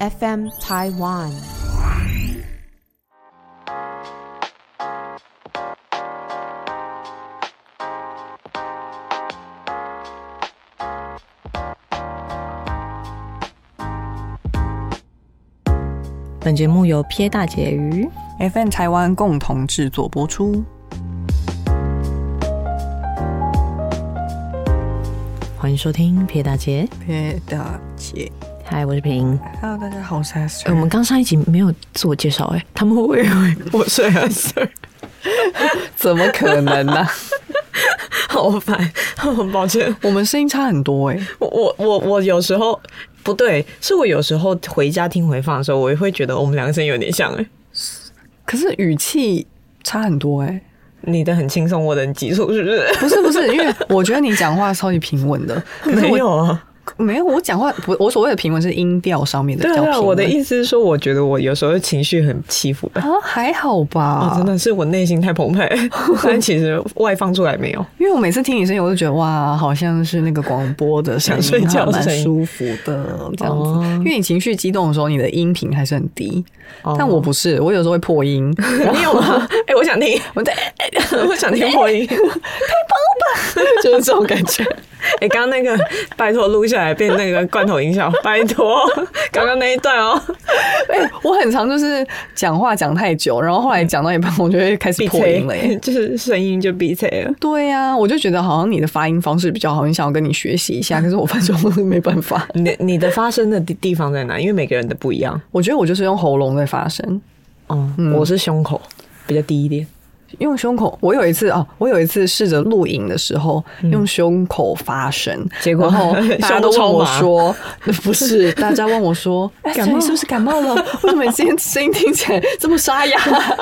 FM Taiwan。本节目由撇大姐鱼 FM 台湾共同制作播出。欢迎收听撇大姐。撇大姐嗨，我是平。 ，Hello，大家好，我是 Esther 呃我们刚上一集没有自我介绍，哎，他们会不会以为我是 Esther？怎么可能啊呢、好烦， 很抱歉。 我们声音差很多哎、我我我我有时候不对，是我有时候回家听回放的时候，我也会觉得我们两个声音有点像，哎，可是语气差很多哎、你的很轻松，我的很急促，是不是？ 不是不是，因为我觉得你讲话超级平稳的，可是没我有啊，没有我讲话不，我所谓的平稳是音调上面的对比较啊平对啊，稳。我的意思是说，我觉得我有时候情绪很起伏的。啊还好吧、哦，真，的是我内心太澎 湃，但其实外放出来没 有。因为我每次听你声音，我就觉得哇，好像是那个广播的声音， 想睡还觉的蛮声音舒服的这样子。哦因为你情绪激动的时候，你的音频还是很低，哦但我不是，我有时候会破音。 哎你有吗？ 哎、我想听，我在 我想听破 音，太棒了吧！ 就是这种感觉。哎、刚刚那个，拜托录下来变那个罐头音效，拜 托，刚刚那一段哦，哎、我很常就是讲话讲太久，然后后来讲到一半，我就会开始闭破嘴音了耶。就是声音就闭嘴了。对呀、我就觉得好像你的发音方式比较好，很想要跟你学习一下，可是我发现我没办法。你的你的发声的地地方在哪？因为每个人的不一样。我觉得我就是用喉咙在发声，哦、我是胸口比较低一点。用胸口。我有一次哦，我有一次试着录影的时候用胸口发声，嗯结果然后大家都问我 胸说，不 是，大家问我说，哎，感感冒冒是不是感冒了？为什么你今天声音听起来这么沙哑？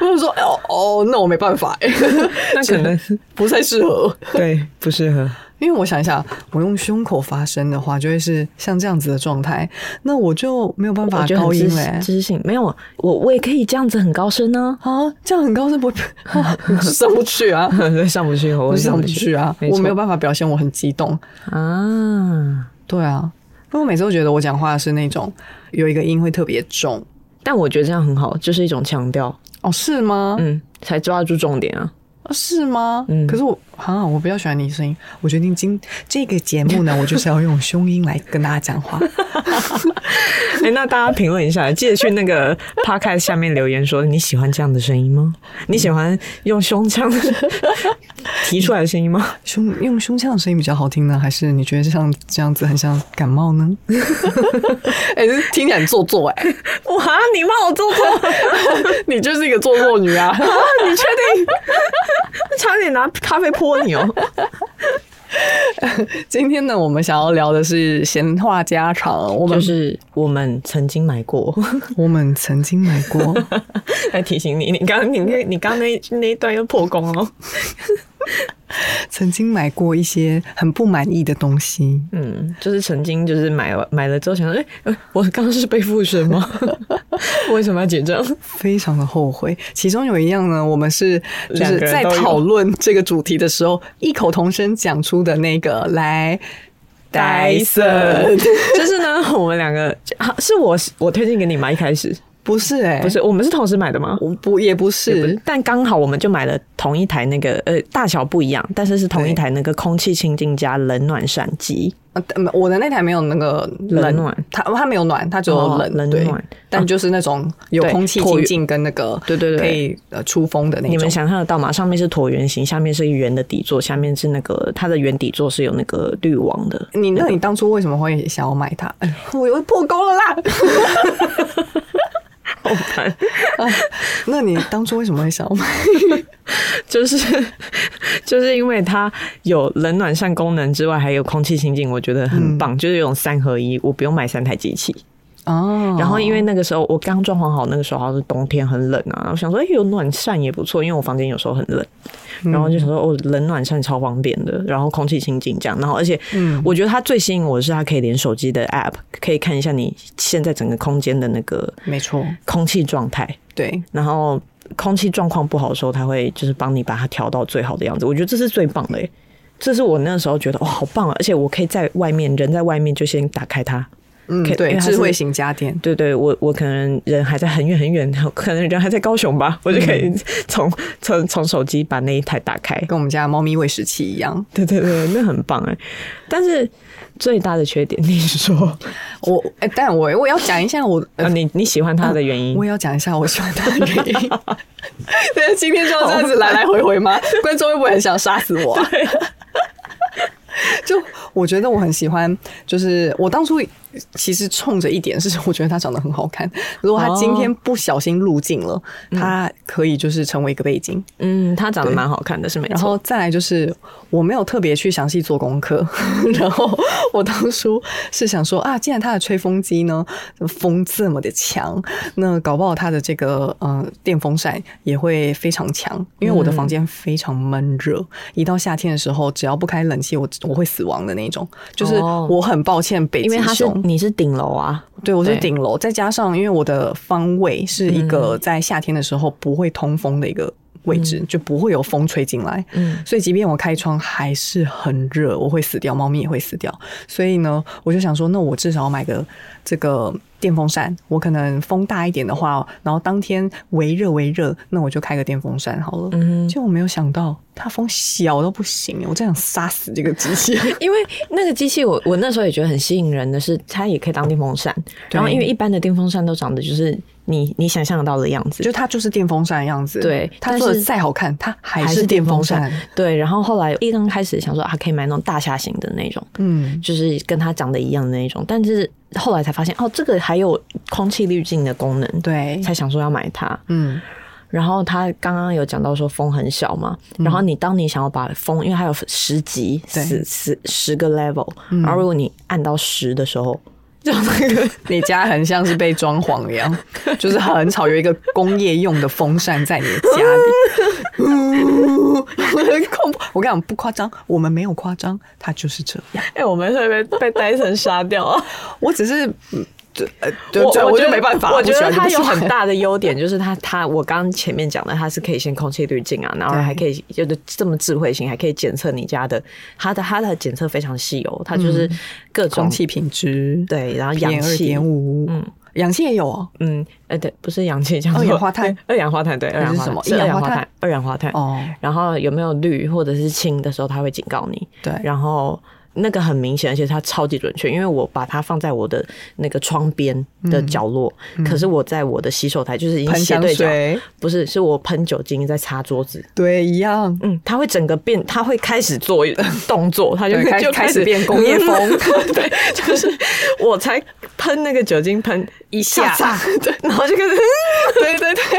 我就说，哦哦，那我没办法、哎 那可 能不太适合。 对不适合。因为我想一下，我用胸口发声的话，就会是像这样子的状态，那我就没有办我法觉得高很音知嘞、知性没有，我我也可以这样子很高声呢、啊，这样很高声不会、 啊、上不去啊，对， 上不去， 我我上不去啊，我没有办法表现我很激动。法啊。对啊，因为我每次都觉得我讲话是那种有一个音会特别重。但我觉得这样很好，就是一种强调，哦，是吗？嗯，才抓住重点 啊。啊是吗？嗯可是我啊，我比较喜欢你的声音。我决定今这个节目呢，我就是要用胸音来跟大家讲 话。哎、那大家评论一下，记得去那个 podcast 下面留言说你喜欢这样的声音吗？你喜欢用胸腔 提出来的声音吗？胸用胸腔的声音比较好听呢，还是你觉得像这样子很像感冒呢？ 哎、这听起来很做作哎、哇，你骂我做作，你就是一个做作女啊！ 你确定？ 差点拿咖啡泼你哦！ 今天呢，我们想要聊的是闲话家常，我们、就是我们曾经买过，我们曾经买 过， 来提醒你，你刚你那你刚那那一段又破功哦了。曾经买过一些很不满意的东西。嗯，就是曾经就是买了买了之后想说，哎、呃我刚刚是被附身吗？ 为什么要紧张？非常的后悔。其中有一样呢，我们是就两是个人在都有讨论这个主题的时候，异口同声讲出的那个来。戴森 Dyson 就是呢，我们两个啊是我我推荐给你吗？一开始不是哎、不，是，我们是同时买的吗？我不也不也不是，但刚好我们就买了同一台那个呃大小不一样，但是是同一台那个空气清净加冷暖扇机，啊嗯我的那台没有那个冷暖，它它没有暖，它只有哦冷、冷对暖但就是那种有对空气椭清圆净跟那个对对对可以呃出风的那种。你们想象得到吗？上面是椭圆形，下面是圆的底座，下面是那个它的圆底座是有那个滤网 的，你那你当初为什么会想要买它？ 哎我又破功了啦！好烦。那你当初为什么会想要买？就是 就是因为它有冷暖扇功能之外，还有空气清净，我觉得很棒，就是有种三合一，我不用买三台机器。哦，然后因为那个时候我刚装潢好，那个时候好像是冬天很冷啊，我想说哎、诶有暖扇也不错，因为我房间有时候很冷，然后就想说哦冷暖扇超方便的，然后空气清净这样，然后而且我觉得它最吸引我的是它可以连手机的 app 可以看一下你现在整个空间的那个没错，空气状态，对，然后空气状况不好的时候，它会就是帮你把它调到最好的样子，我觉得这是最棒的、哦欸。这是我那时候觉得哇、好棒啊！而且我可以在外面，人在外面就先打开它，嗯，可以因对，为它是智慧型家电，对对，我我可能人还在很远很远， 可能人还在高雄吧，我就可以从从从手机把那一台打开。跟我们家的猫咪喂食器一样。对对对，那很棒哎。但是最大的缺点，你 说 我，哎、但我我要讲一下我，呃啊，你你喜欢它的原因我？也要讲一下我喜欢它的原 因。对，今天就要这样子来来回回 吗？观众会不会很想杀死我、啊？ 就我觉得我很喜欢，就是我当初其实冲着一点是，我觉得它长得很好看。如果它今天不小心入镜了，它可以就是成为一个背景。嗯，它长得对蛮好看的，是没然错。后再来就是，我没有特别去详细做功课， 然后我当初是想说啊，既然它的吹风机呢风这么的强，那搞不好它的这个嗯、呃电风扇也会非常强，因为我的房间非常闷热，一到夏天的时候，只要不开冷气，我我会死亡的那种。就是哦我很抱歉北极因熊，为它是你是顶楼啊，对，我是对嗯顶楼，再加上因为我的方位是一个在夏天的时候不会通风的一个位置，就不会有风吹进来，嗯所以即便我开窗还是很热，我会死掉，猫咪也会死掉。所以呢，我就想说，那我至少买个这个电风扇，我可能风大一点的话，然后当天微热微热，那我就开个电风扇好了。嗯，结果没有想到，它风小到不行，我真想杀死这个机器。因为那个机器我，我那时候也觉得很吸引人的是，它也可以当电风扇。然后，因为一般的电风扇都长得就是你你想象得到的样子，就它就是电风扇的样子，对它但做的是再好看，它还还是是电电风风扇扇。。对，然后后来一刚开始想说啊，可以买那种大虾型的那种，嗯，就是跟它长得一样的那一种，但是后来才发现哦，这个还有空气滤镜的功能， 对，才想说要买它。嗯，然后它刚刚有讲到说风很小嘛，然后你当你想要把风，因为它有十级对十十十个 level，、然后如果你按到十的时候，就那个你家很像是被装潢一样， 就是很吵，有一个工业用的风扇在你的家里， 嗯很恐怖。我跟你讲，不夸张，我们没有夸张，它就是这样。 哎、我们会被被戴森杀掉啊！我只是，嗯对，呃对，对我就没办法，我觉不喜得欢就它不喜有欢 很大的优点，就是它它我刚前面讲的，它是可以先空气滤镜啊，然后对还可以就是这么智慧型，还可以检测你家的它的它的检测非常细哦，它就是各嗯种、空气品质， 对，然后氧氧二气点五，嗯嗯，氧气也有哦。嗯，哎、对，不是氧气，叫做二氧化碳，二氧化碳对，二还氧是化什么碳是一二氧氧化化碳碳，二氧化碳。哦然后有没有氯或者是氢的时候，它会警告你。对然后那个很明显，而且它超级准确，因为我把它放在我的那个窗边的角落，可是我在我的洗手台就是已嗯经喷斜香对角，水，不是，是我喷酒精在擦桌子。对，一样。 嗯，它会整个变，它会开始做动作，它就对开就开始变工业风对，就是我才喷那个酒精喷一下，下对，然后就开始， 对对对，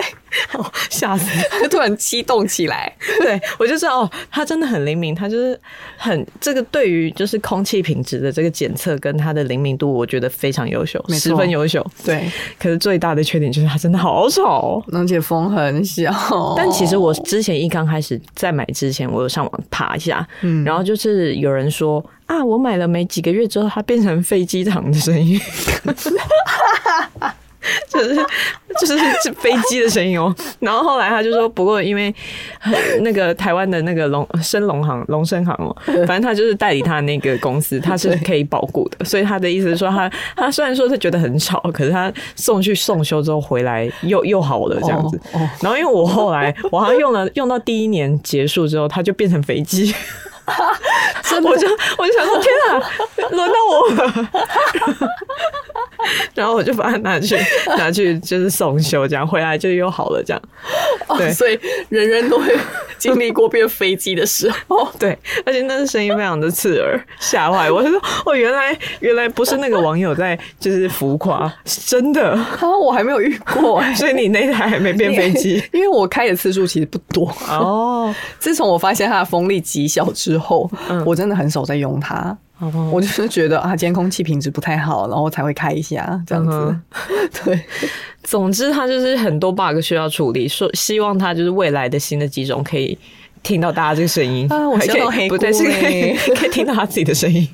哦吓死！就突然激动起来。 对我就知道哦，它真的很灵敏，它就是很这个对于就是空气品质的这个检测跟它的灵敏度，我觉得非常优秀，没错十分优秀。对，可是最大的缺点就是它真的好吵哦、而且风很小。但 其实我之前一刚开始在买之前，我有上网爬一下，嗯然后就是有人说啊，我买了没几个月之后，它变成飞机场的声音， 就是就是是飞机的声音哦。然后后来他就说，不过因为呃那个台湾的那个龙升龙航龙升航 哦，反正他就是代理他那个公司，他是可以保固的，所以他的意思是说他，他虽然说他觉得很吵，可是他送去送修之后回来又又好了这样子。哦哦然后因为我后来我好像用了用到第一年结束之后，它就变成 飞机。 我就我就想说，天啊，轮到我了！然后我就把它拿 去拿去就是送修，这样回来就又好了，这样。对哦所以人人都会经历过变飞机的时 候。哦对，而且那个声音非常的刺耳，吓坏我！我就说，哦，原来原来不是那个网友在就是浮夸，是真的。啊，我还没有遇 过哎、所以你那台还没变飞机因为我开的次数其实不多。 哦自从我发现它的风力极小之后，我真的很少在用它。哦，我就是觉得啊，今天空气品质不太好，然后才会开一下这样子。嗯对，总之，它就是很多 bug 需要处理，说希望它就是未来的新的机种可以听到大家这个声音啊我还可笑到黑以咕不对，是可以嘞可以听到它自己的声音。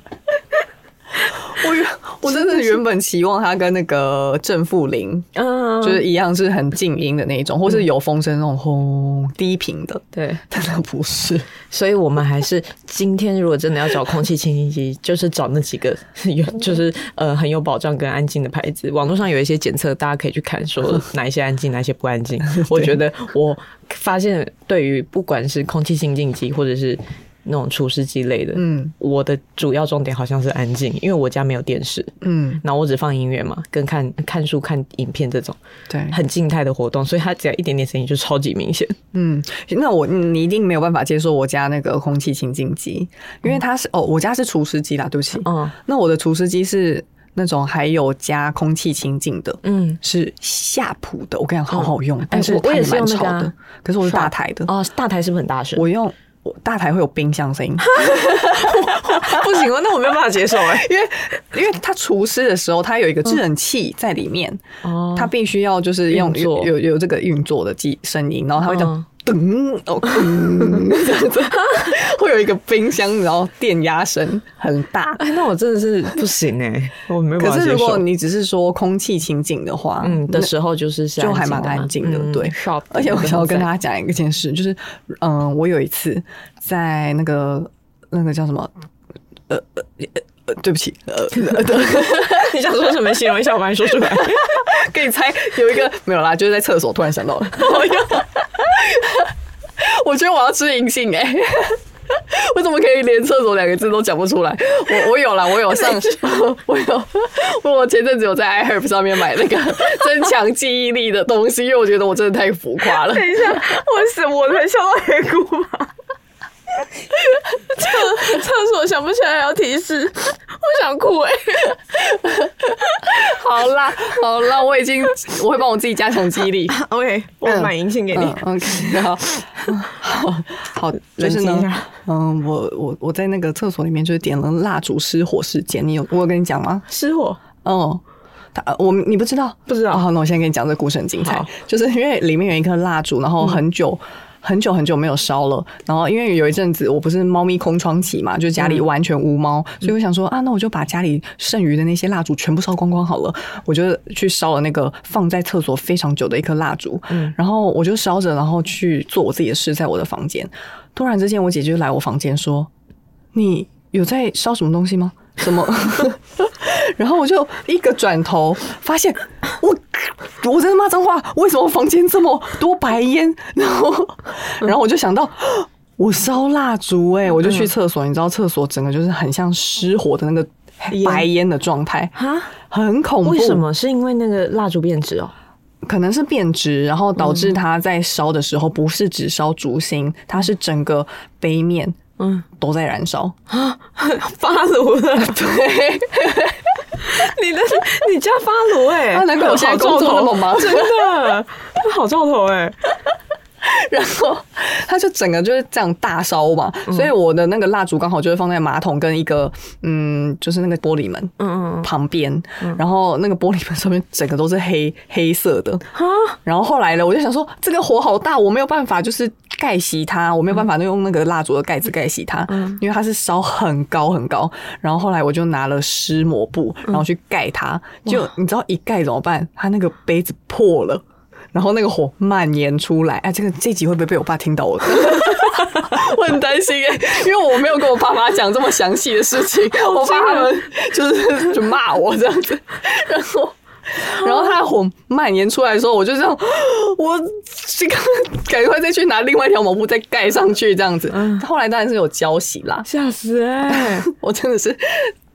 我原我真的原本期望它跟那个正负零嗯，就是一样是很静音的那一种，或是有风声那种轰低频的， 对，但它不是。所以我们还是今天如果真的要找空气清新机，就是找那几个 有就是呃很有保障跟安静的牌子。网络上有一些检测，大家可以去看，说哪一些安静，哪一些不 安静。我觉得我发现，对于不管是空气清净机或者是那种除湿机类的，嗯我的主要重点好像是安静，因为我家没有电视，嗯，然后我只放音乐嘛，跟看看书、看影片这种对，很静态的活动，所以它只要一点点声音就超级明显。嗯，那我你一定没有办法接受我家那个空气清净机，因为它是、哦，我家是除湿机啦，对不起。嗯那我的除湿机是那种还有加空气清净的，嗯，是夏普的，我跟你讲好好用，但哎是我我它也是蛮用那吵个的，啊可是我是大台的，哦，大台是不是很大声？我用我大台会有冰箱 声音，不行哦，那我没有办法接受哎、因为因为它除湿的时候，它有一个制冷器在里面，哦它必须要就是用运作有有有这个运作的机声音，然后它会这样嗯噔哦噔 这样子，会有一个冰箱，然后电压声很 大。哎，那我真的是不行哎、我没有办可法是接如果受。你只是说空气清净的话，嗯的时候就是是就还安静的蛮安嘛静的，嗯对。 ，shop 而且我想要跟大在家讲一个件事，就是，嗯，我有一次在那个那个叫什么，呃呃呃呃，对不起，呃，你想说什么？形容一下，我帮你说出 来。 给你猜，有一个没有啦，就是在厕所突然想到了， 我又我觉得我要吃银杏哎、 我怎么可以连厕所两个字都讲不出来？我我有啦，我 有上，我有，我前阵子有在 iHerb 上面买那 个增强记忆力的东西，因为我觉得我真的太浮夸了。等一下，我是我才笑到黑姑吧。厕厕所想不起来要提示，我想哭哎、好啦，好啦，我已经 我会帮我自己加强记忆力。 OK，我嗯买银杏给你。嗯、OK，好， 好，好， 就冷是静一呢下，嗯，我我我在那个厕所里面就是点了蜡烛失火事件，你有我有跟你讲吗？失火哦，他呃我你不知道，不知道哦好，那我现在跟你讲这个故事很精彩好， 嗯就是因为里面有一颗蜡烛，然后很久。很久很久没有烧了，然后因为有一阵子我不是猫咪空窗期嘛，就家嗯里完全无猫，所以我想说啊，那我就把家里剩余的那些蜡烛全部烧光光好了。我就去烧了那个放在厕所非常久的一颗蜡烛，嗯然后我就烧着，然后去做我自己的事，在我的房间。突然之间，我姐就来我房间说：“你有在烧什么东西吗？什么？” 然后我就一个转头，发现我我在骂脏话，为什么房间这么多白烟？然后嗯 然后我就想到。我烧蜡烛哎、我就去厕所，你知道厕所整个就是很像失火的那个烟白烟的状态，啊？很恐怖。为什？么？是因为那个蜡烛变质哦。可能是变质，然后导致嗯它在烧的时候不是只烧烛芯，它是整个杯面嗯，都在燃烧。 发炉了，对。你的你家发炉哎、欸，啊难怪我现在工作那么忙好兆头 真的，好兆头哎、然后它就整个就是这样大烧嘛，所以我的那个蜡烛刚好就是放在马桶跟一个嗯，就是那个玻璃门嗯嗯旁边，然后那个玻璃门上面整个都是黑黑色的。啊，然后后来呢，我就想说这个火好大，我没有办法就是盖熄它，我没有办法用那个蜡烛的盖子盖熄它，嗯因为它是烧很高很高。然后后来我就拿了湿抹布，然嗯后去盖它，就你知道一盖怎么办？它那个杯子破了。然后那个火蔓延出来，哎，这个这集会不会被我爸听到我？ 我很担心哎、因为我没有跟我爸妈讲这么详细的事情，啊我爸他们就是就骂我这样子，然后。然后它的火蔓延出来的时候，我就这样，我这个赶快再去拿另外一条抹布再盖上去，这样子。嗯后来当然是有浇熄啦，吓死哎、我真的是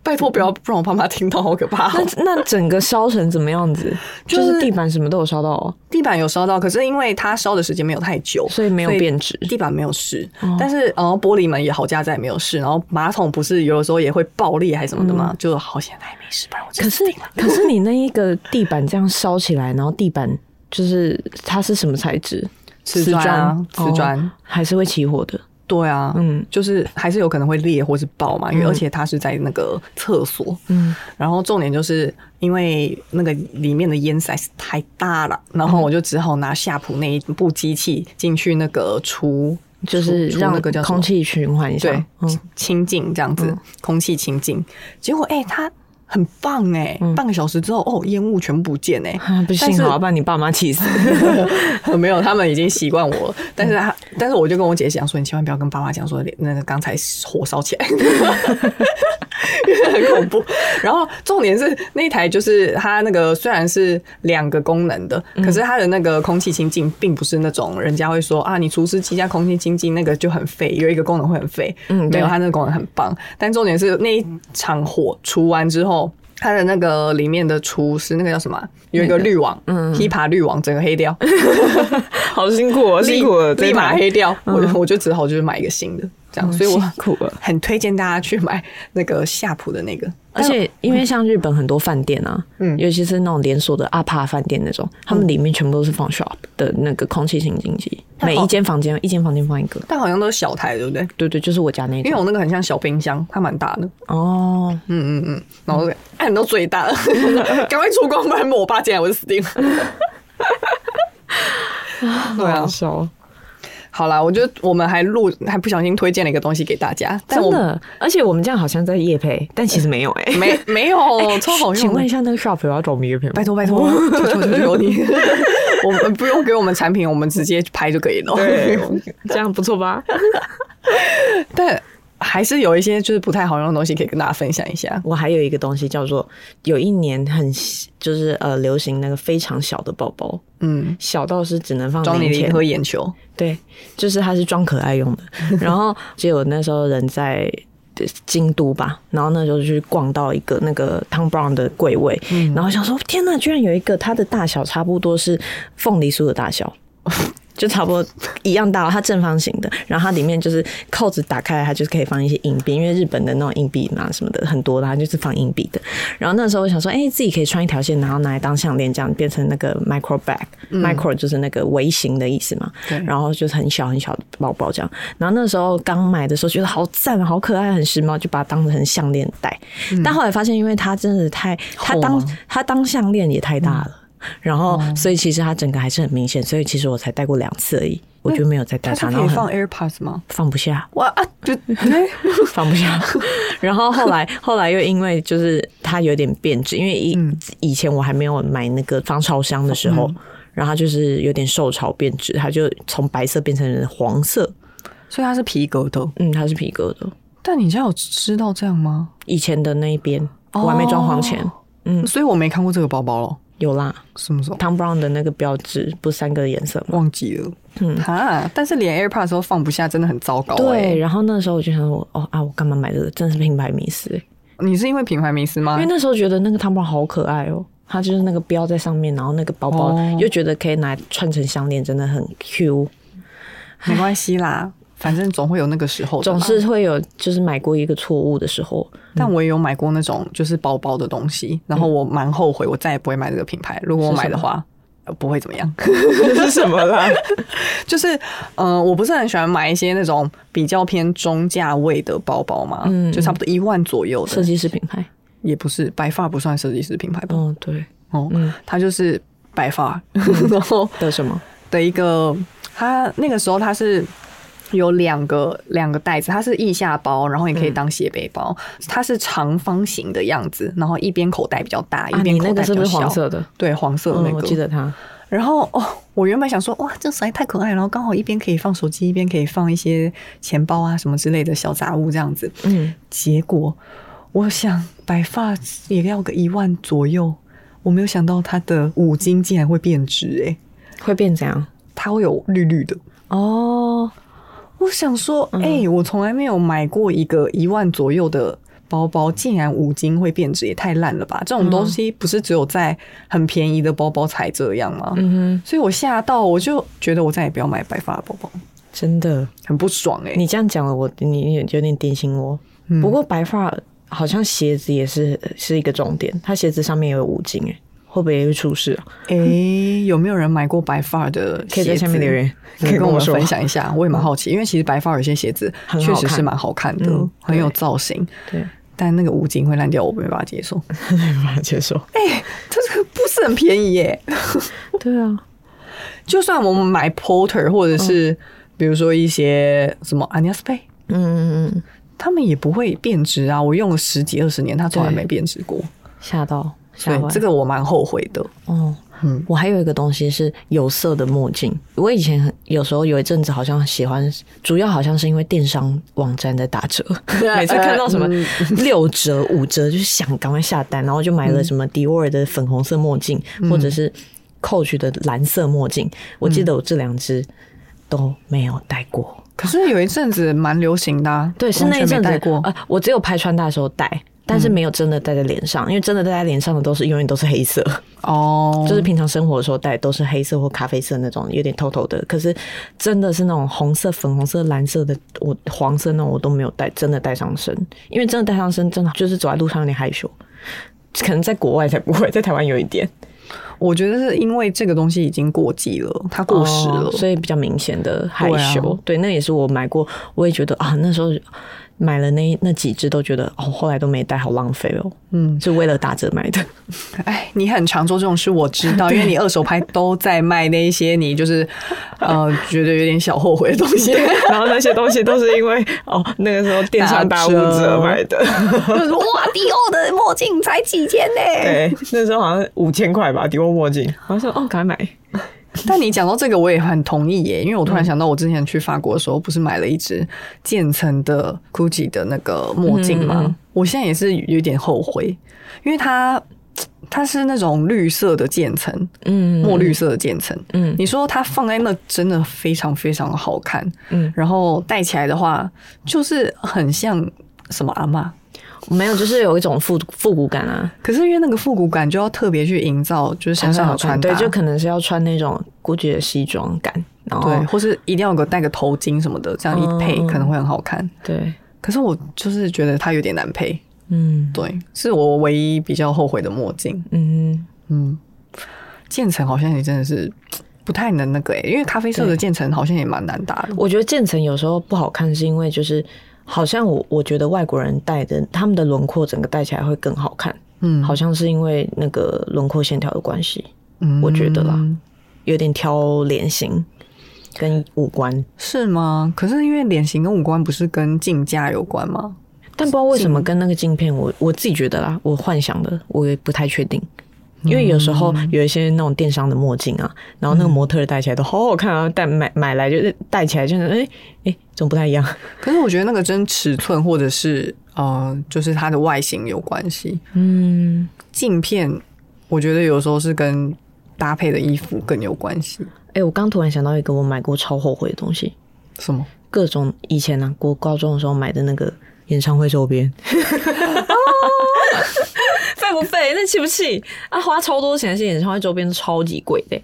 拜托不要不然我爸妈听到，好可怕、哦那那整个烧成怎么样子？就就是是地板什么都有烧到哦，地板有烧到，可是因为它烧的时间没有太久，所以没有变质哦地板没有湿，但是然后玻璃门也好加在没有湿，然后马桶不是有的时候也会爆裂还是什么的嘛，就好险还没事，不然我真嗯可的是定了。可是你那一个地板这样烧起来，然后地板就是它是什么材质？瓷砖啊瓷砖哦还是会起火的。对啊，嗯就是还是有可能会裂或是爆嘛，因为嗯而且它是在那个厕所，嗯，然后重点就是因为那个里面的烟塞是太大了，然后嗯我就只好拿夏普那一部机器进去那个除，就是除除让那个叫什么空气循环一下。对嗯，清净这样子，空气清净。结果哎、它很棒哎、嗯半个小时之后哦，烟雾全部不见 哎、 啊，不但行，是好，要把你爸妈 气死。没有，他们已经习惯我了。但是他，但是我就跟我姐讲说，你千万不要跟爸妈讲说，那个刚才火烧起来，因为很 恐怖。然后重点是那一台就是它那个虽然是两个功能的，可嗯是它的那个空气清净并不是那种人家会说啊，你除湿机加空气清净那个就很废，有一个功能会很废。嗯没对有，它那个功能很棒。但重点是那一场火除完之后。它的那个里面的厨师，那个叫什么啊？有一个滤网，嗯，琵琶滤网整个黑掉，好辛苦哦，辛苦了，立这一立马盘黑掉。我就我就只好就是买一个新的，这样，所以我辛苦哦了。很推荐大家去买那个夏普的那个。而且，因为像日本很多饭店啊，嗯尤其是那种连锁的阿帕饭店那种，他们里面全部都是放 shop 的那个空气清净机，那每好一间房间一间房间放一个。但好像都是小台，对不对？对对，就是我家那因为种。我那个很像小冰箱，它蛮大的，哦，嗯嗯嗯，然后 按到最大， 赶快出光，不然我爸进来我就死 定了。对啊，笑。好啦，我觉得我们还录还不小心推荐了一个东西给大家，但真我的，而且我们这样好像在夜配，但其实没有哎、欸。没没 有、超好用的。请问一下，那个 shop 有要找我们夜配吗？拜托拜托，求求求求 你，我们不用给我们产品，我们直接拍就可以了。 对，这样不错吧？ 但还是有一些就是不太好用的东西可以跟大家分享一下。我还有一个东西叫做，有一年很就是呃流行那个非常小的包包，嗯，小到是只能放装你零的一钱颗眼球，对，就是它是装可爱用的。然后就有那时候人在京都吧，然后那时候就去逛到一个那个 Tom Brown 的柜位，然后想说天呐，居然有一个它的大小差不多是凤梨酥的大小。 就差不多一样大哦，它正方形的，然后它里面就是扣子打开来，它就是可以放一些硬币，因为日本的那种硬币嘛什么的很多的，它就是放硬币的。然后那时候我想说，哎、自己可以穿一条线，然后拿来当项链，这样变成那个 micro bag，micro、就是那个微型的意思嘛。对然后就是很小很小的包包这样。然后那时候刚买的时候觉得好赞，啊好可爱，很时髦，就把它当成项链戴。但后来发现，因为它真的太，它厚当吗它当项链也太大了。 然后，所以其实它整个还是很明显，所以其实我才戴过两次而已，我就没有再戴它是它，可然后以很放 AirPods 吗？放不下。哇啊， 就 放不下。 然后后 来后来又因为就是它有点变质，因为以、以前我还没有买那个防潮箱的时候，然后它就是有点受潮变质，它就从白色变成黄色。所以它是皮革的。嗯，它是皮革的，但你家有知道这样吗？以前的那一边我还没装潢前、嗯，所以我没看过这个包包了，有啦。什么时候？ Tom Brown 的那个标志不是三个颜色吗？忘记了，嗯哈，但是连 AirPods 都放不下，真的很糟糕、对，欸。然后那时候我就想我哦啊，我干嘛买这个？真的是品牌迷失、你是因为品牌迷失吗因为？那时候觉得那个汤包好可爱哦、它就是那个标在上面，然后那个包包哦又觉得可以拿来串成项链，真的很 Q。没关系啦，反正总会有那个时候的总嘛，是会有就是买过一个错误的时候，但我也有买过那种就是包包的东西，然后嗯我蛮后悔，我再也不会买这个品牌。如果我买的话，呃不会怎么样。 是什么啦？ 就是，呃，我不是很喜欢买一些那种比较偏中价位的包包嘛，嗯就差不多一万左右设的，计师品牌。也不是白发不算设计师品牌吧？哦，嗯对哦，它就是白发， 然后的什么？的一个，它那个时候它是。有两个两个袋子，它是腋下包，然后也可以当斜背包。嗯它是长方形的样子，然后一边口袋比较大，啊，一边你口那袋个比是不较是小。黄色的？对，黄色的那嗯，个。我记得它。然后哦，我原本想说，哇，这实在太可爱了，然后刚好一边可以放手机，一边可以放一些钱包啊什么之类的小杂物这样子。嗯，结果我想白发也要个一万左右，我没有想到它的五金竟然会变质、诶，会变怎样？它会有绿绿的。哦，我想说，嗯哎、我从来没有买过一个一万左右的包包，竟然五金会变质，也太烂了吧！这种东西不是只有在很便宜的包包才这样吗？嗯哼，所以我吓到，我就觉得我再也不要买白发的包包，真的，很不爽哎、 你这样讲了，我你你有点点醒我。不过白发好像鞋子也是是一个重点，它鞋子上面也有五金哎、会不会也会出事啊？哎、有没有人买过白发的鞋子？可以在下面留言，可以跟我们说嗯分享一下，我也蛮好奇，因为其实白发有些鞋子很好确看实是蛮好看的，嗯很有造型，对，但那个五金会烂掉，我没办法接受。没办法接受。哎、这个不是很便宜耶、对啊，就算我们买 Porter 或者是比如说一些什么 a n i a s p a 嗯嗯嗯嗯，他们也不会变质啊。我用了十几二十年，它从来对没变质过。吓到吓对坏。，这个我蛮后悔的。哦，嗯我还有一个东西是有色的墨镜。我以前很有时候有一阵子好像喜欢，主要好像是因为电商网站在打折，每次看到什么六折、五折，就是想赶快下单，然后就买了什么迪奥尔的粉红色墨镜，或者是 Coach 的蓝色墨镜。我记得我这两只都没有戴过。可是有一阵子蛮流行的、啊，对，是那一完全阵没子戴过。呃，我只有拍穿搭的时候戴，但是没有真的戴在脸上，因为真的戴在脸上的都是永远都是黑色，哦，就是平常生活的时候戴都是黑色或咖啡色那种，有点透透的。可是真的是那种红色、粉红色、蓝色的，我黄色那种我都没有戴，真的戴上身，因为真的戴上身真的就是走在路上有点害羞。可能在国外才不会，在台湾有一点我觉得是因为这个东西已经过季了，它过时了，哦所以比较明显的害羞。对啊对，那也是我买过，我也觉得啊，那时候买了那那几只都觉得哦，后来都没戴，好浪费哦。嗯，是为了打折买的。哎，你很常做这种事，我知 道，因为你二手拍都在卖那一些你就是呃觉得有点小后悔的东西，然后那些东西都是因为哦那个时候电商打五折买的， 就是说哇，迪奥的墨镜才几千呢、对，那时候好像五千块吧，迪欧墨镜，然后说哦赶快买， 但你讲到这个，我也很同意耶，因为我突嗯然想到，我之前去法国的时候，不是买了一只渐层的 Gucci 的那个墨镜吗？嗯嗯我现在也是有点后悔，因为它它是那种绿色的渐层，嗯墨绿色的渐层。嗯你说它放在那真的非常非常好看，嗯，然后戴起来的话，就是很像什么阿嬷。没有，就是有一种复复古感啊，可是因为那个复古感，就要特别去营造，就是身很上好的穿穿，搭，对，就可能是要穿那种 GUCCI 的西装感，然后对，或是一定要有个戴个头巾什么的，这样一配哦嗯嗯可能会很好看。对，可是我就是觉得它有点难配，嗯对，是我唯一比较后悔的墨镜。嗯，嗯，渐层好像也真的是不太能那个欸诶、因为咖啡色的对渐层好像也蛮难搭的。我觉得渐层有时候不好看，是因为就是好像我我觉得外国人戴的他们的轮廓整个戴起来会更好看，嗯，好像是因为那个轮廓线条的关系。嗯，我觉得啦有点挑脸型跟五官，是吗？可是因为脸型跟五官不是跟镜架有关吗？但不知道为什么跟那个镜片，我我自己觉得啦，我幻想的，我也不太确定。因为有时候有一些那种电商的墨镜啊，然后那个模特儿戴起来都好好看啊，戴买买来就是戴起来就是哎哎，怎么不太一样？可是我觉得那个真尺寸或者是呃，就是它的外形有关系。嗯，镜片，我觉得有时候是跟搭配的衣服更有关系。哎、我刚突然想到一个我买过超后悔的东西，什么？各种以前呢、啊，国高中的时候买的那个演唱会周 边，哦费不费？那气不气？啊，花超多钱，而且演唱会周边都超级贵的欸、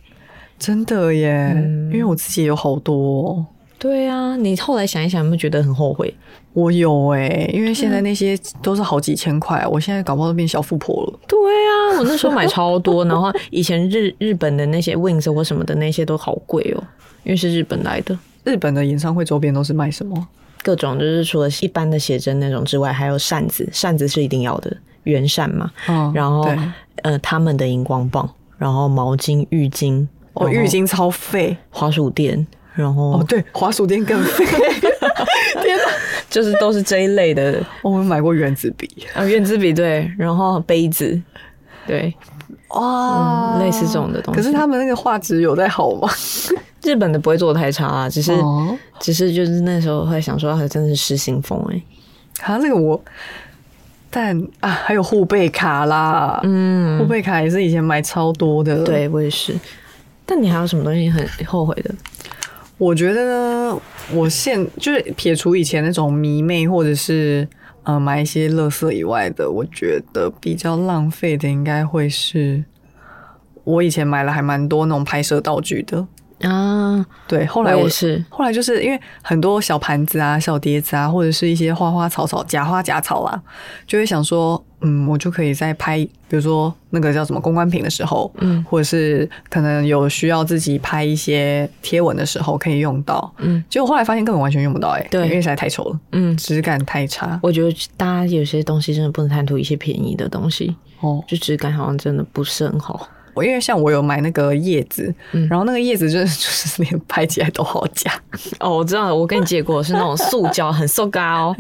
真的耶，嗯因为我自己也有好多、哦。对啊，你后来想一想，有没有觉得很后悔？我有哎、因为现在那些都是好几千嗯块，我现在搞不好都变小富婆了。对啊，我那时候买超多，然后以前日日本的那些 Wings 或什么的那些都好贵哦，因为是日本来的。日本的演唱会周边都是卖什么？各种就是除了一般的写真那种之外，还有扇子，扇子是一定要的，圆扇嘛。嗯然后对呃，他们的荧光棒，然后毛巾、浴巾，哦，然后浴巾超费滑鼠垫，然哦，后对，滑鼠垫更 费。天哪，就是都是这一类的。我们买过原子笔 啊，圆珠笔对，然后杯子，对，哇、嗯类似这种的东西可是他们那个画质有在好吗？日本的不会做的太差啊，只是、哦只是就是那时候会想说，啊还真的是失心疯哎、啊，这个我，但啊，还有护贝卡啦，嗯，护贝卡也是以前买超多的。，对我也是。但你还有什么东西很后悔的？我觉得呢，我现就是撇除以前那种迷妹或者是呃买一些乐色以外的，我觉得比较浪费的应该会是。我以前买了还蛮多那种拍摄道具的，啊，对，后后来来我也是，后来就是因为很多小盘子啊、小碟子啊，或者是一些花花草草、假花假草啊，就会想说，嗯，我就可以在拍，比如说那个叫什么公关品的时候，嗯或者是可能有需要自己拍一些贴文的时候可以用到。嗯结果后来发现根本完全用不到、欸，哎，对因为实在太丑了，嗯，质感太差。我觉得大家有些东西真的不能贪图一些便宜的东西，哦，就质感好像真的不是很好。我因为像我有买那个叶子，然后那个叶子 就是就是连拍起来都好假，哦，我知道了，我跟你借过，是那种塑胶，很塑 胶，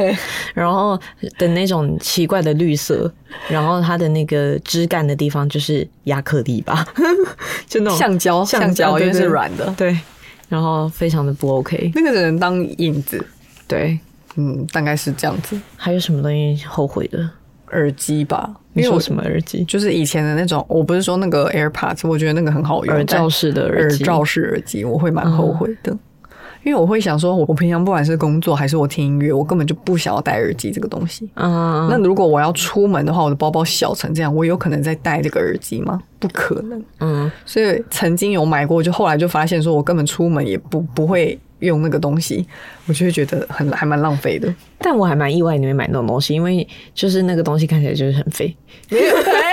然后的那种奇怪的绿色，然后它的那个枝干的地方就是亚克力吧， 就哦那种橡胶橡胶因对为对是软的，对，然后非常的不 OK，那个只能当影子，对。嗯，大概是这样子。还有什么东西后悔的？耳机吧，你因为说我什么耳机？就是以前的那种，我不是说那个 AirPods，我觉得那个很好用，耳罩式的但耳机嗯罩式耳机，我会蛮后悔的。因为我会想说，我平常不管是工作还是我听音乐，我根本就不想要戴耳机这个东西。嗯，那如果我要出门的话，我的包包小成这样，我有可能再戴这个耳机吗？不可能。嗯，所以曾经有买过，就后来就发现说，我根本出门也不不会用那个东西，我就会觉得很还蛮 浪费的。但我还蛮意外你会买那种东西，因为就是那个东西看起来就是很废。 哎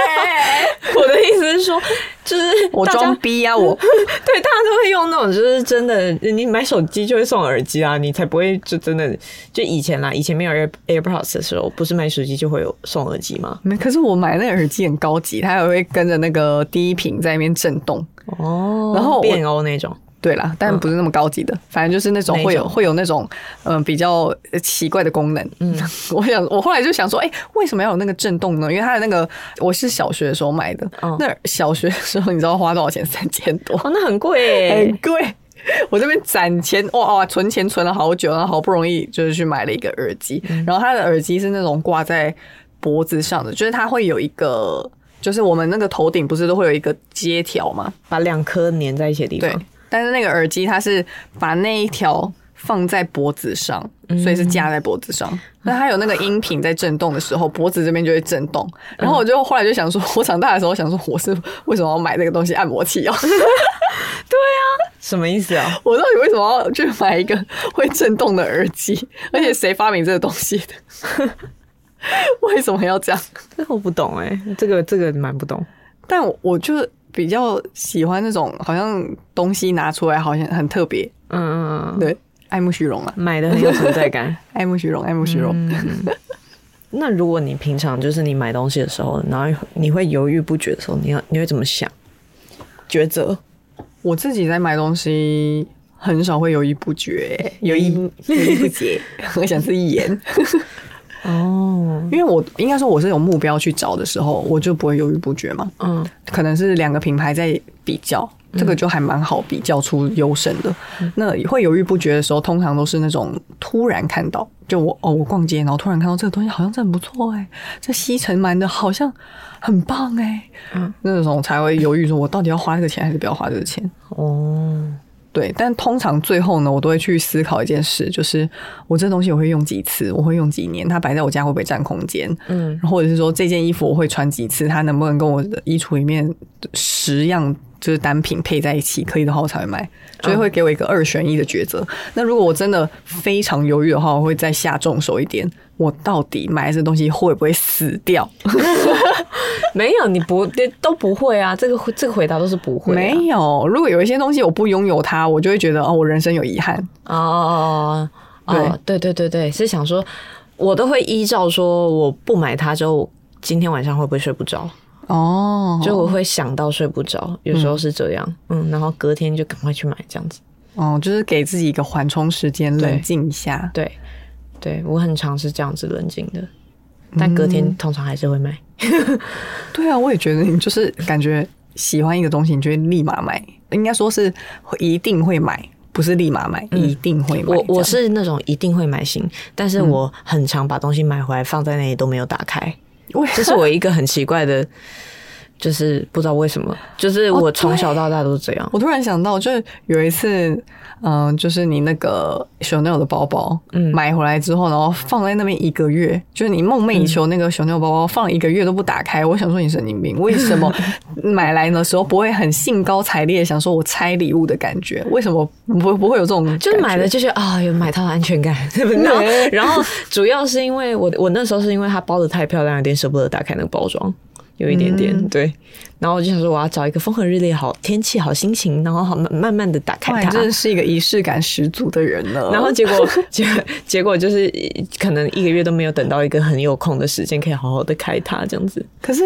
我的意思是说，就是我大家装逼啊，我 对，大家都会用那种，就是真的，你买手机就会送耳机啊，你才不会就真的就以前啦，以前没有 Air AirPods 的时候，不是买手机就会有送耳机吗？没，可是我买那个耳机很高级，它还会跟着那个低频在那边震动。哦然后我变欧那种，对啦，但不是那么高级的，反正就是那种嗯哪一会有种会有那种嗯、呃比较呃奇怪的功能。嗯， 我想我后来就想说，哎、为什么要有那个震动呢？因为它的那个我是小学的时候买的，嗯那小学的时候你知道花多少钱？三千多，哦， 那很贵、欸，很贵。哎 我这边攒钱，哇哇，存钱存了好久，然后好不容易就是去买了一个耳机，嗯然后它的耳机是那种挂在脖子上的，就是它会有一个，就是我们那个头顶不是都会有一个接条嘛，把两颗粘在一起的地对方，，但是那个耳机它是把那一条放在脖子上，嗯所以是架在脖子上。那、它有那个音频在震动的时候，脖子这边就会震动。然后我就后来就想说，我长大的时候想说，我是为什么要买这个东西按摩器哦？什么意思啊？我到底为什么要去买一个会震动的耳 机？而且谁发明这个东西的？ 为什么要这样？这个我不懂哎、这个这个蛮不懂。但我我就比较喜欢那种好像东西拿出来好像很特别，嗯嗯，嗯对，爱慕虚荣啊，买的很有存在 感。爱慕虚荣，爱慕虚荣。那如果你平常就是你买东西的时候，然后你会犹豫不决的时候，你要你会怎么想？抉择我自己在买东西很少会犹豫不决，犹豫犹豫不决， 我想是一言，哦，因为我应该说我是有目标去找的时候，我就不会犹豫不决嘛。嗯可能是两个品牌在比较，这个就还蛮好比较出优胜的。那会犹豫不决的时候，通常都是那种突然看到，就我哦，我逛街，然后突然看到这个东西好像真的很不错哎、这西城蛮的好像很棒哎、那种才会犹豫说，我到底要花这个钱还是不要花这个钱？哦，对，但通常最后呢，我都会去思考一件事，就是我这东西我会用几次，我会用几年，它摆在我家会不会占空间，嗯，或者是说这件衣服我会穿几次，它能不能跟我的衣橱里面十样就是单品配在一起，可以的话我才会买，嗯所以会给我一个二选一的抉择。那如果我真的非常犹豫的话，我会再下重手一点，我到底买这东西会不会死掉？ 没有，你不都不会啊，这个这个回答都是不会、啊没有，如果有一些东西我不拥有它，我就会觉得哦，我人生有遗憾。哦哦哦哦，对对对对，是想说，我都会依照说我不买它之后，今天晚上会不会睡不着？哦就我会想到睡不着，有时候是这样，嗯，然后隔天就赶快去买这样子。哦，就是给自己一个缓冲时间，对冷静一下。对，对我很常是这样子冷静的，但隔天通常还是会嗯买。对啊，我也觉得你就是感觉喜欢一个东西，你就会立马买，应该说是会一定会买，不是立马买，一定会买这我样。我是那种一定会买新，但是我很常把东西买回来放在那里都没有打 开，我这是我一个很奇怪的，就是不知道为什么，就是我从小到大都是这样。我突然想到，就是有一次，嗯、就是你那个 Chanel 的包包，嗯，买回来之后，然后放在那边一个月，就是你梦寐以求那个 Chanel 包包放一个月都不打开，我想说你神经病，为 什么买来的时候不会很兴高采烈，想说我拆礼物的感觉？为什么不不会有这种感觉？就是买了就是啊、有买到的安全 感，然后然后主要是因为我我那时候是因为它包的太漂亮，有点舍不得打开那个包装，有一点点、对。然后我就想说，我要找一个风和日丽、好天气、好心情，然后好慢慢慢的打哇，开你它。真的是一个仪式感十足的人啊 呢。然后结果结结果就是可能一个月都没有等到一个很有空的时间可以好好的开它这样子。可是，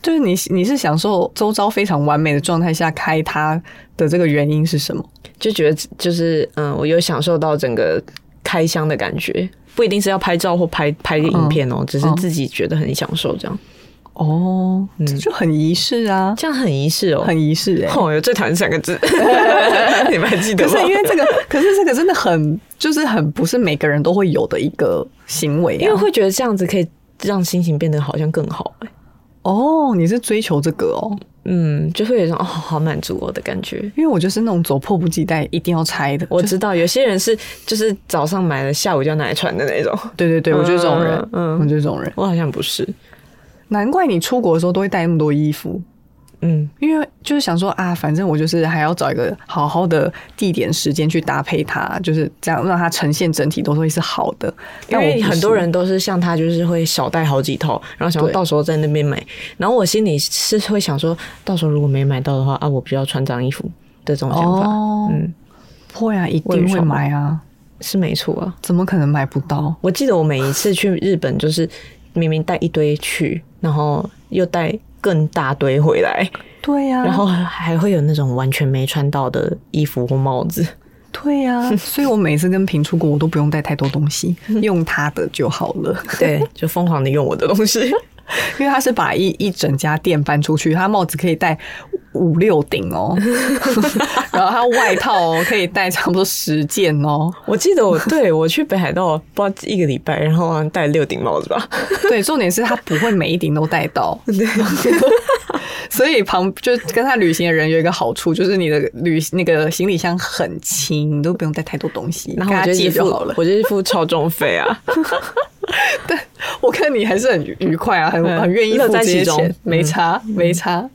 就是你你是享受周遭非常完美的状态下开它的这个原因是什么？就觉得就是嗯，我有享受到整个开箱的感觉，不一定是要拍照或拍拍个影片哦、只是自己觉得很享受这样，哦，嗯这就很仪式啊，这样很仪式哦、很仪式哎、哦，我最讨厌这两个 字，你们还记得可吗？啊是因为这个， 可是这个真的很，就是很不是每个人都会有的一个行为因为啊。会觉得这样子可以让心情变得好像更好、欸，哦，你是追求这个哦，嗯，就会有一种哦，好满足我的感觉。因为我就是那种走迫不及待一定要拆的，我就是知道有些人是就是早上买了，下午就要拿来穿的那种，对对对，我就是这种人，嗯嗯我就是这种人，我好像不是，难怪你出国的时候都会带那么多衣服。嗯，因为就是想说啊，反正我就是还要找一个好好的地点、时间去搭配它，就是这样让它呈现整体都会是好的。因嗯但我为不很是多人都是像他，就是会少带好几套，然后想对要到时候在那边买。然后我心里是会想说，到时候如果没买到的话，啊，我不要穿脏衣服的这种想法，哦，嗯，会啊，一我也定是会啊买啊，是没错啊。怎么可能买不到？我记得我每一次去日本，就是明明带一堆去，然后又带更大堆回来，对呀、然后还会有那种完全没穿到的衣服或帽子。对呀、 所以我每次跟平出国，我都不用带太多东 西，用他的就好了。 对， 就疯狂的用我的东西。因为他是把一一整家店搬出去，他帽子可以戴五六顶 哦，然后他外套哦可以戴差不多十件哦。我记得我对我去北海道，不知道一个礼拜，然后好像戴六顶帽子吧。 对，重点是他不会每一顶都戴 到，所以旁就跟他旅行的人有一个好处，就是你的旅那个行李箱很轻，你都不用带太多东西，然后跟我他就借是就付好了，。我就是付超重费啊。我看你还是很愉愉快啊，很嗯很愿意付乐在这些其中钱，没差没差。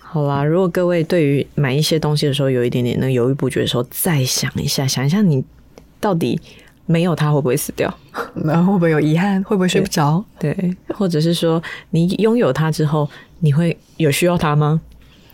好啦，如果各位对于买一些东西的时候有一点点那个犹豫不决的时候，再想一下，想一下你到底没有它会不会死掉？然后会不会有遗憾？会不会睡不着？对，或者是说你拥有它之后，你会有需要它吗？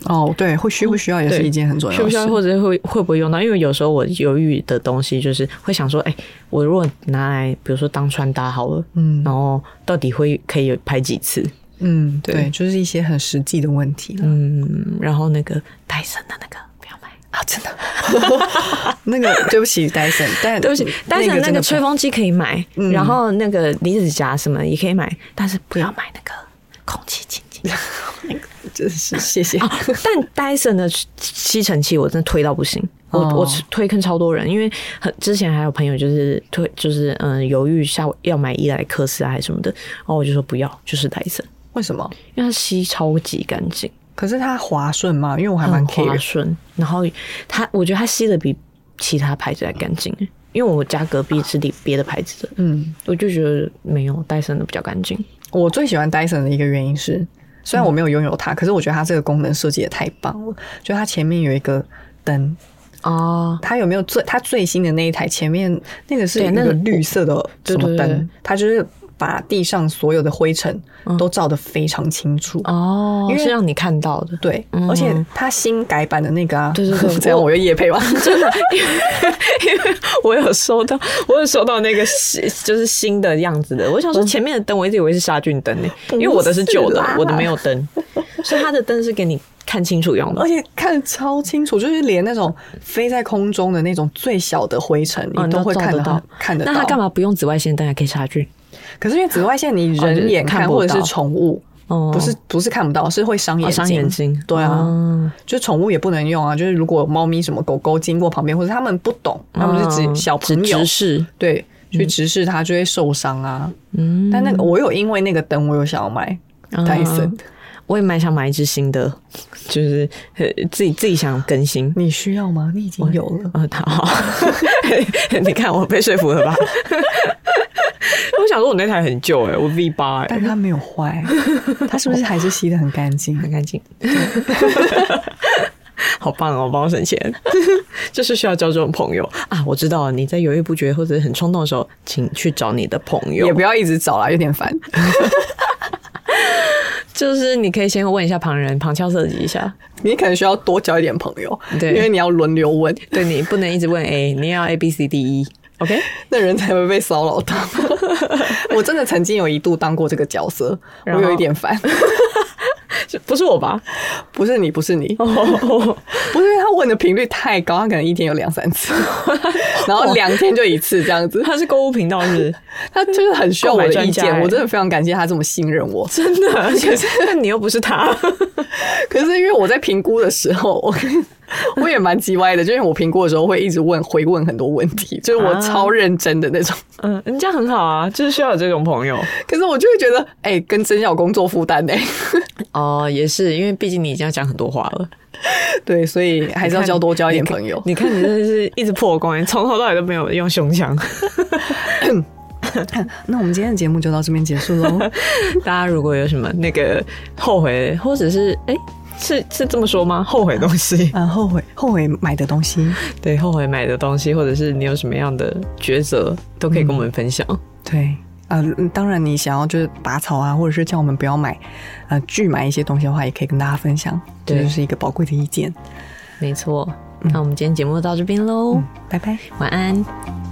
哦，对，会需不需要嗯也是对一件很重要需的不需事。要，或者会会不会用到？因为有时候我犹豫的东西就是会想说，哎、我如果拿来，比如说当穿搭好了，嗯然后到底会可以拍几次？嗯，对对，就是一些很实际的问题了。嗯，然后那个戴森的那个不要买。啊，真的，啊那个 对不起，戴森，但对不起，但是那真的个不吹风机可以买，嗯然后那个离子夹什么也可以买，但是不要买那个空气清净机。 真是谢谢。哦但 Dyson 的吸吸尘器我真的推到不行，我、哦我推坑超多人，因为很之前还有朋友就是推就是嗯犹豫下要买伊莱克斯啊还是什么的，然后我就说不要，就是 Dyson，为什么？因为它吸超级干净，可是它滑顺吗？因为我还很蛮 care 滑顺，然后它我觉得它吸的比其他牌子还干净，因为我家隔壁是别的牌子的。嗯，我就觉得没有戴森的比较干净。我最喜欢戴森的一个原因是，虽然我没有拥有它，可是我觉得它这个功能设计也太棒了。就它前面有一个灯，哦，它有没有最它最新的那一台前面那个是对那那个个绿色的什么对对对灯？它就是把地上所有的灰尘嗯都照得非常清楚。哦因为是让你看到 的，对，嗯而且它新改版的那个啊，对 对对这样我又夜配 吧，真的，我有收到，我有收到那个新，就是新的样子的。我想说前面的灯，我一直以为是杀菌灯呢、因为我的是旧哦不是的啦，我的没有 灯，所以它的灯是给你看清楚用 的。而且看得超清楚，就是连那种飞在空中的那种最小的灰尘，哦你都会你都照看得得到看得到。那它干？嘛不用紫外线灯还可以杀菌？可是因为紫外线，你哦就是人眼看看不或者是到宠物，哦不是不是看不到，是会伤眼哦睛。伤眼睛，对啊，哦就宠物也不能用啊。就是如果猫咪什么狗狗经过旁边，或者他们不懂，他们是嗯哦指嗯小朋友直，视，对，去直视它就会受伤啊。嗯但那个我有因为那个灯，我有想要买戴森嗯，我也蛮想买一只新的，就是呃自己自己想更新。你需要吗？你已经有了。呃，好， 你看我被说服了 吧？我想说，我那台很旧哎、欸我 V 八哎、但它没有坏， 它是不是还是吸的很干 净？很干净， 好棒哦，帮我省钱， 就是需要交这种朋友啊！我知道了，你在犹豫不决或者很冲动的时候，请去找你的朋友 也，不要一直找啦，有点烦。就是你可以先问一下旁人，旁敲侧击一下。你可能需要多交一点朋友，对因为你要轮流问，对你不能一直问 A，你要 A B C D E。OK，那人才会被骚扰到。 我真的曾经有一度当过这个角色，我然后有一点烦。 不是我吧？不是你，不是你，哦， 不是因为他问的频率太高，他可能一天有两三 次，然后两天就一次这样子。他是购物频道是不是？他就是很需要我购买的专意家见，欸我真的非常感谢他这么信任我。 真的，而且但你又不是他，可是因为我在评估的时候，我我也蛮叽歪的，就因为我评估的时候会一直问回问很多问题，就是我啊超认真的那种。 嗯，人家很好啊，就是需要有这种朋友。可是我就会觉得，哎、跟真小工作负担哎。哦，也是，因为毕竟你已经要讲很多话了， 对，所以还是要交多交一点朋友。你看你真的是一直破功，欸从头到尾都没有用胸腔。 那我们今天的节目就到这边结束喽。 大家如果有什么那个后悔，或者是哎、是是这么说吗？后悔的东西，啊，后悔后悔买的东西，对，后悔买的东西，或者是你有什么样的抉择，都可以跟我们分享。对。啊、嗯当然，你想要就是拔草啊，或者是叫我们不要买，呃，拒买一些东西的话，也可以跟大家分享，这对就是一个宝贵的意见。嗯没错，那我们今天节目到这边喽，拜拜。晚安。